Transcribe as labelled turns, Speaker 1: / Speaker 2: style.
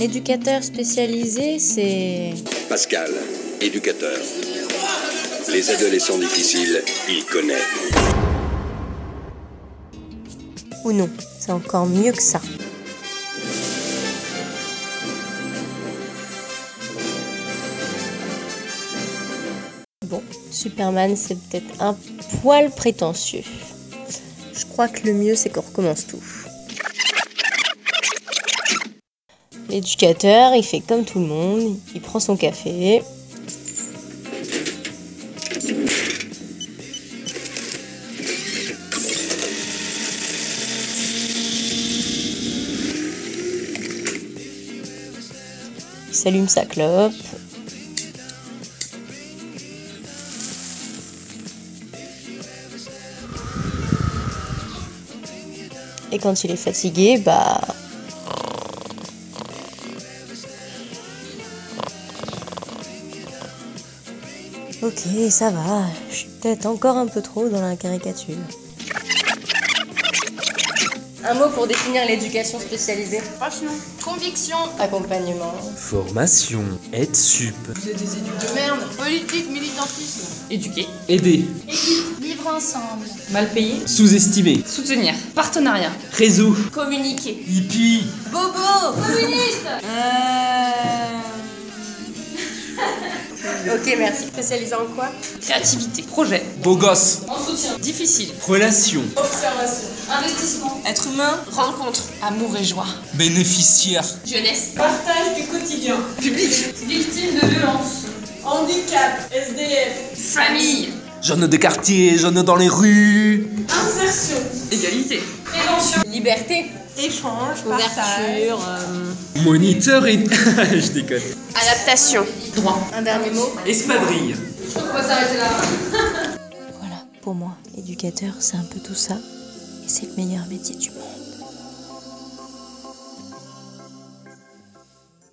Speaker 1: Éducateur spécialisé, c'est...
Speaker 2: Pascal, éducateur. Les adolescents difficiles, il connaît.
Speaker 1: Ou non, c'est encore mieux que ça. Bon, Superman, c'est peut-être un poil prétentieux. Je crois que le mieux, c'est qu'on recommence tout. L'éducateur, il fait comme tout le monde, il prend son café. Il s'allume sa clope. Et quand il est fatigué, bah, Ok, ça va. Je suis peut-être encore un peu trop dans la caricature. Un mot pour définir l'éducation spécialisée
Speaker 3: Franchement, conviction,
Speaker 1: accompagnement.
Speaker 4: Formation, aide sup,
Speaker 3: vous êtes des éduques de merde, politique, militantisme,
Speaker 5: Éduquer.
Speaker 4: aider,
Speaker 3: vivre ensemble,
Speaker 5: Mal payé.
Speaker 4: sous-estimer,
Speaker 5: Soutenir. Partenariat.
Speaker 4: réseau,
Speaker 5: Communiquer.
Speaker 4: hippie,
Speaker 3: bobo, communiste,
Speaker 1: Ok, merci. Spécialisé en quoi
Speaker 5: Créativité. Projet.
Speaker 4: beau gosse,
Speaker 5: Entretien. Difficile.
Speaker 4: relation,
Speaker 5: Investissement. Être humain. Rencontre. Amour et joie.
Speaker 4: bénéficiaire,
Speaker 5: Jeunesse.
Speaker 6: Partage du quotidien. Public. Victime de violence. Handicap. SDF.
Speaker 5: Famille.
Speaker 4: jeunes de quartier, jeunes dans les rues,
Speaker 6: Insertion.
Speaker 5: Égalité.
Speaker 6: Prévention.
Speaker 1: Liberté.
Speaker 6: Échange. Partage.
Speaker 4: moniteur et... Je déconne.
Speaker 1: Adaptation.
Speaker 5: Droit.
Speaker 1: Un dernier mot
Speaker 4: Espadrille.
Speaker 1: Voilà, pour moi, éducateur, c'est un peu tout ça. Et c'est le meilleur métier du monde.